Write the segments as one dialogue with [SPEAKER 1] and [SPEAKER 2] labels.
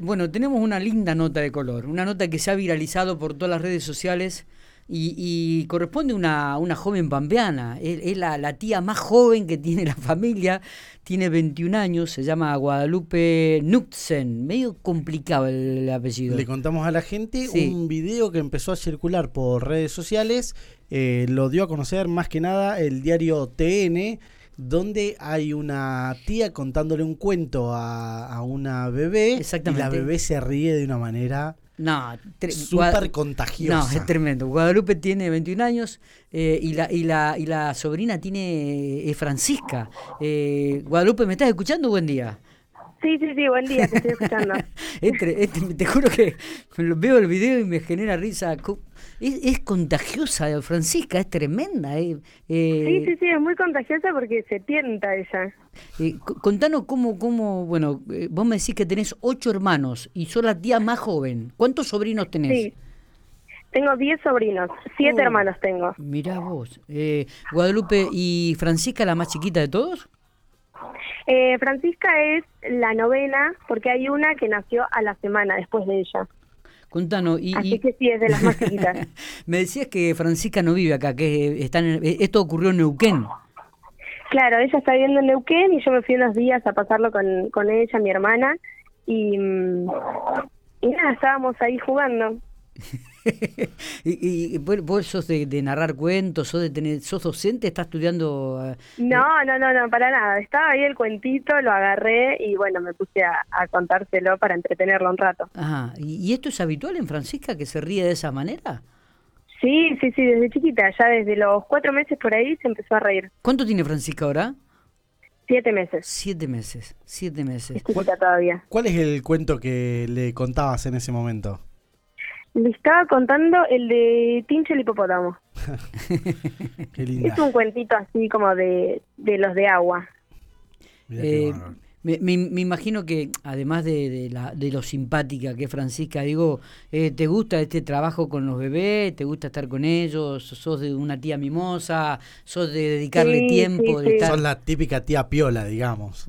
[SPEAKER 1] Bueno, tenemos una linda nota de color, una nota que se ha viralizado por todas las redes sociales y, y corresponde a una, una joven pampeana. Es, es la, la tía más joven que tiene la familia, tiene 21 años, se llama Guadalupe Nutzen. Medio complicado el, el apellido.
[SPEAKER 2] Le contamos a la gente
[SPEAKER 1] Sí.
[SPEAKER 2] un video que empezó a circular por redes sociales. eh, lo dio a conocer más que nada el diario TN, donde hay una tía contándole un cuento a, a una bebé.
[SPEAKER 1] Exactamente.
[SPEAKER 2] Y la bebé se ríe de una manera
[SPEAKER 1] No, tre-
[SPEAKER 2] súper
[SPEAKER 1] Guada- No,
[SPEAKER 2] contagiosa.
[SPEAKER 1] es tremendo. Guadalupe tiene 21 años eh, y, la, y, la, y la sobrina tiene, es Francisca. Eh, Guadalupe, ¿me estás escuchando? Buen día.
[SPEAKER 3] Sí, sí, sí, buen día, te estoy escuchando.
[SPEAKER 1] Es tre- es tre- este, te juro que lo- veo el video y me genera risa. Co- Es, es contagiosa, eh, Francisca, es tremenda. eh.
[SPEAKER 3] Sí, sí,
[SPEAKER 1] Eh,
[SPEAKER 3] sí, es muy contagiosa porque se tienta ella.
[SPEAKER 1] eh, co- contanos cómo, cómo, bueno, eh, vos me decís que tenés ocho hermanos y sos la tía más joven. ¿Cuántos sobrinos tenés?
[SPEAKER 3] Sí. Tengo 10 sobrinos, 7
[SPEAKER 1] Oh.
[SPEAKER 3] hermanos tengo.
[SPEAKER 1] Mirá vos. Eh, Guadalupe y Francisca, la más chiquita de todos.
[SPEAKER 3] Eh, Francisca es la novena porque hay una que nació a la semana después de ella.
[SPEAKER 1] Contanos. Y,
[SPEAKER 3] Así
[SPEAKER 1] y-
[SPEAKER 3] que sí, es de las más chiquitas.
[SPEAKER 1] me decías que Francisca no vive acá, que están en- esto ocurrió en Neuquén.
[SPEAKER 3] Claro, ella está viviendo en Neuquén y yo me fui unos días a pasarlo con, con ella, mi hermana, y, mm, y nada, estábamos ahí jugando.
[SPEAKER 1] y, y- y vos, vos sos de, de narrar cuentos, sos, de tener, sos docente, estás estudiando... eh,
[SPEAKER 3] No, no, no, no, para nada. Estaba ahí el cuentito, lo agarré y bueno, me puse a, a contárselo para entretenerlo un rato.
[SPEAKER 1] Ajá. ¿Y, y esto es habitual en Francisca, que se ríe de esa manera?
[SPEAKER 3] Sí, sí, sí, desde chiquita, ya desde los cuatro meses por ahí se empezó a reír.
[SPEAKER 1] ¿Cuánto tiene Francisca ahora?
[SPEAKER 3] Siete meses,
[SPEAKER 1] Siete meses, siete meses.
[SPEAKER 3] es chiquita todavía.
[SPEAKER 2] ¿Cuál es el cuento que le contabas en ese momento?
[SPEAKER 3] Le estaba contando el de Tincho el hipopótamo.
[SPEAKER 2] Qué linda.
[SPEAKER 3] Es un cuentito así como de, de los de agua.
[SPEAKER 2] Mirá qué
[SPEAKER 1] Eh,
[SPEAKER 2] bárbaro.
[SPEAKER 1] me, me- me imagino que, además de, de la- de lo simpática que es Francisca, digo, eh, ¿te gusta este trabajo con los bebés? ¿Te gusta estar con ellos? ¿Sos de una tía mimosa? ¿Sos de dedicarle
[SPEAKER 3] Sí,
[SPEAKER 1] tiempo?
[SPEAKER 3] sí,
[SPEAKER 1] de
[SPEAKER 3] sí.
[SPEAKER 1] estar-
[SPEAKER 2] Son la típica tía piola, digamos.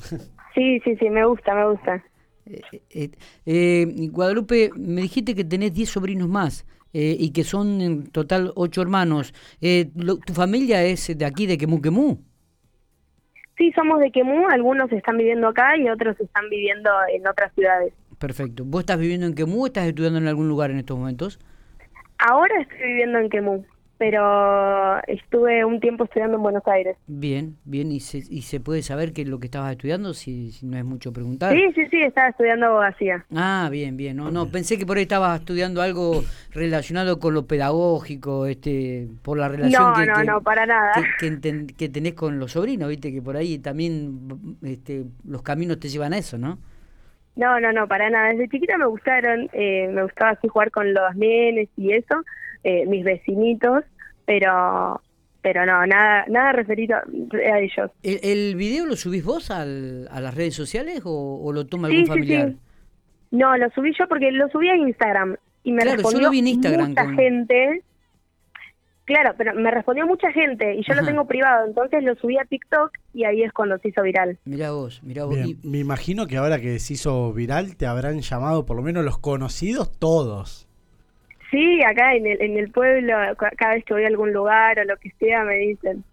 [SPEAKER 3] Sí, sí, sí, me gusta, me gusta.
[SPEAKER 1] Eh, eh, eh, Guadalupe, me dijiste que tenés 10 sobrinos más eh, y que son en total 8 hermanos. Eh, lo- ¿Tu familia es de aquí, de Quemú Quemú?
[SPEAKER 3] Sí, somos de Quemú, algunos están viviendo acá y otros están viviendo en otras ciudades.
[SPEAKER 1] Perfecto. ¿Vos estás viviendo en Quemú o estás estudiando en algún lugar en estos momentos?
[SPEAKER 3] Ahora estoy viviendo en Quemú, pero estuve un tiempo estudiando en Buenos Aires.
[SPEAKER 1] Bien, bien. ¿Y se, y se puede saber qué es lo que estabas estudiando si, si no es mucho preguntar?
[SPEAKER 3] Sí, sí, sí, estaba estudiando abogacía.
[SPEAKER 1] Ah, bien, bien. No, no, pensé que por ahí estabas estudiando algo relacionado con lo pedagógico, este, por la relación
[SPEAKER 3] No,
[SPEAKER 1] que,
[SPEAKER 3] no,
[SPEAKER 1] que-
[SPEAKER 3] no, para nada.
[SPEAKER 1] que, que enten- que tenés con los sobrinos, viste, que por ahí también este, los caminos te llevan a eso, ¿no?
[SPEAKER 3] No, no, no, para nada. Desde chiquita me gustaron, eh, me gustaba así jugar con los nenes y eso, eh, mis vecinitos, pero pero no, nada nada referido a ellos.
[SPEAKER 1] ¿El, el video lo subís vos al- a las redes sociales o, o lo toma
[SPEAKER 3] Sí,
[SPEAKER 1] algún
[SPEAKER 3] sí,
[SPEAKER 1] familiar?
[SPEAKER 3] sí. No, lo subí yo porque lo subí a Instagram y me
[SPEAKER 1] Claro, yo
[SPEAKER 3] respondió
[SPEAKER 1] lo vi en Instagram
[SPEAKER 3] mucha
[SPEAKER 1] con-
[SPEAKER 3] gente. Claro, pero me respondió mucha gente y yo lo
[SPEAKER 1] Ajá.
[SPEAKER 3] tengo privado, entonces lo subí a TikTok y ahí es cuando se hizo viral.
[SPEAKER 1] Mirá vos, mirá vos.
[SPEAKER 2] Bien,
[SPEAKER 1] Y-
[SPEAKER 2] me imagino que ahora que se hizo viral te habrán llamado por lo menos los conocidos todos.
[SPEAKER 3] Sí, acá en el, en el pueblo, ca- cada vez que voy a algún lugar o lo que sea, me dicen.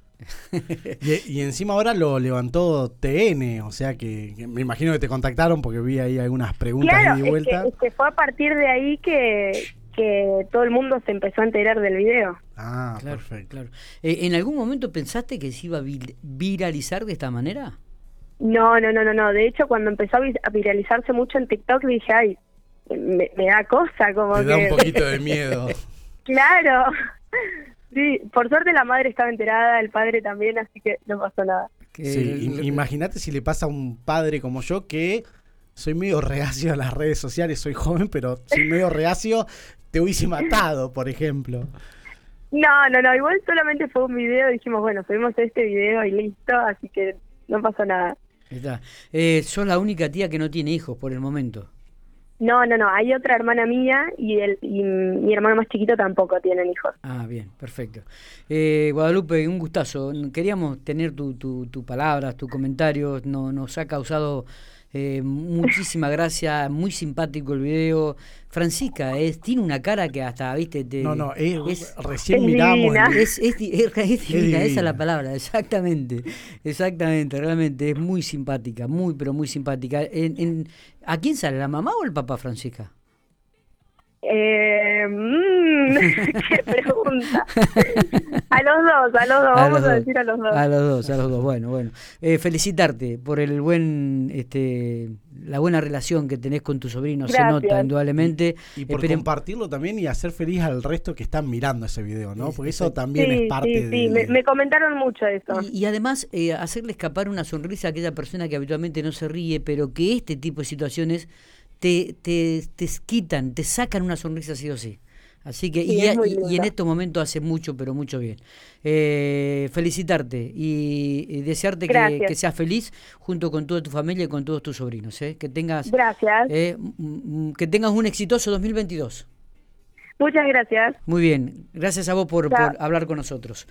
[SPEAKER 2] Y, y encima ahora lo levantó TN, o sea que, que me imagino que te contactaron porque vi ahí algunas preguntas
[SPEAKER 3] Claro,
[SPEAKER 2] de
[SPEAKER 3] es
[SPEAKER 2] vuelta.
[SPEAKER 3] que, es que fue a partir de ahí que, que todo el mundo se empezó a enterar del video.
[SPEAKER 2] Ah,
[SPEAKER 1] claro,
[SPEAKER 2] perfecto.
[SPEAKER 1] claro. Eh, ¿En algún momento pensaste que se iba a vil- viralizar de esta manera?
[SPEAKER 3] No, no, no, no, no. De hecho, cuando empezó a, vi- a viralizarse mucho en TikTok, dije, ay, me, me da cosa, como
[SPEAKER 2] Te
[SPEAKER 3] que...
[SPEAKER 2] da un poquito de miedo.
[SPEAKER 3] Claro. Sí, por suerte la madre estaba enterada, el padre también, así que no pasó nada.
[SPEAKER 1] Que
[SPEAKER 2] Sí,
[SPEAKER 1] el-
[SPEAKER 2] i- Imagínate si le pasa a un padre como yo que soy medio reacio a las redes sociales, soy joven, pero soy medio reacio, te hubiese matado, por ejemplo.
[SPEAKER 3] No, no, no, igual solamente fue un video, dijimos, bueno, subimos este video y listo, así que no pasó nada.
[SPEAKER 1] Ahí está. Eh, sos la única tía que no tiene hijos por el momento.
[SPEAKER 3] No, no, no, hay otra hermana mía y, el, y mi hermano más chiquito tampoco tienen hijos.
[SPEAKER 1] Ah, bien, perfecto. Eh, Guadalupe, un gustazo. Queríamos tener tu, tu, tu palabras, tus comentarios. No, nos ha causado Eh, muchísimas gracias, muy simpático el video. Francisca es, tiene una cara que hasta, viste, te-
[SPEAKER 2] No, no, eh,
[SPEAKER 1] es,
[SPEAKER 2] recién
[SPEAKER 3] es
[SPEAKER 2] miramos.
[SPEAKER 3] divina.
[SPEAKER 2] el-
[SPEAKER 1] es, es di- es- es divina, esa
[SPEAKER 2] divina.
[SPEAKER 1] es la palabra, exactamente, exactamente, realmente es muy simpática, muy, pero muy simpática. En- en- ¿A quién sale, la mamá o el papá, Francisca?
[SPEAKER 3] Eh, mm, qué pregunta. A los dos, a los dos, vamos
[SPEAKER 1] los
[SPEAKER 3] a
[SPEAKER 1] dos. Ah,
[SPEAKER 3] decir a los dos.
[SPEAKER 1] A los dos, a los dos. Bueno, bueno. Eh, felicitarte por el buen, este, la buena relación que tenés con tu sobrino. Se
[SPEAKER 3] Gracias.
[SPEAKER 1] nota, indudablemente.
[SPEAKER 2] Y por
[SPEAKER 1] Espere-
[SPEAKER 2] compartirlo también y hacer feliz al resto que están mirando ese video, ¿no? Porque eso
[SPEAKER 3] Sí,
[SPEAKER 2] también es
[SPEAKER 3] sí,
[SPEAKER 2] parte
[SPEAKER 3] sí,
[SPEAKER 2] de.
[SPEAKER 3] me, me comentaron mucho eso.
[SPEAKER 1] y, y además eh, hacerle escapar una sonrisa a aquella persona que habitualmente no se ríe, pero que este tipo de situaciones te, te, te quitan, te sacan una sonrisa sí o sí. Así que,
[SPEAKER 3] Sí,
[SPEAKER 1] y,
[SPEAKER 3] es muy
[SPEAKER 1] y- y en
[SPEAKER 3] lindo.
[SPEAKER 1] estos momentos hace mucho, pero mucho bien. Eh, felicitarte y, y desearte que,
[SPEAKER 3] Gracias.
[SPEAKER 1] que seas feliz junto con toda tu familia y con todos tus sobrinos. ¿eh? Que tengas
[SPEAKER 3] Gracias.
[SPEAKER 1] Eh, m- m- que tengas un exitoso 2022.
[SPEAKER 3] Muchas gracias.
[SPEAKER 1] Muy bien, gracias a vos por,
[SPEAKER 3] Chao.
[SPEAKER 1] por hablar con nosotros.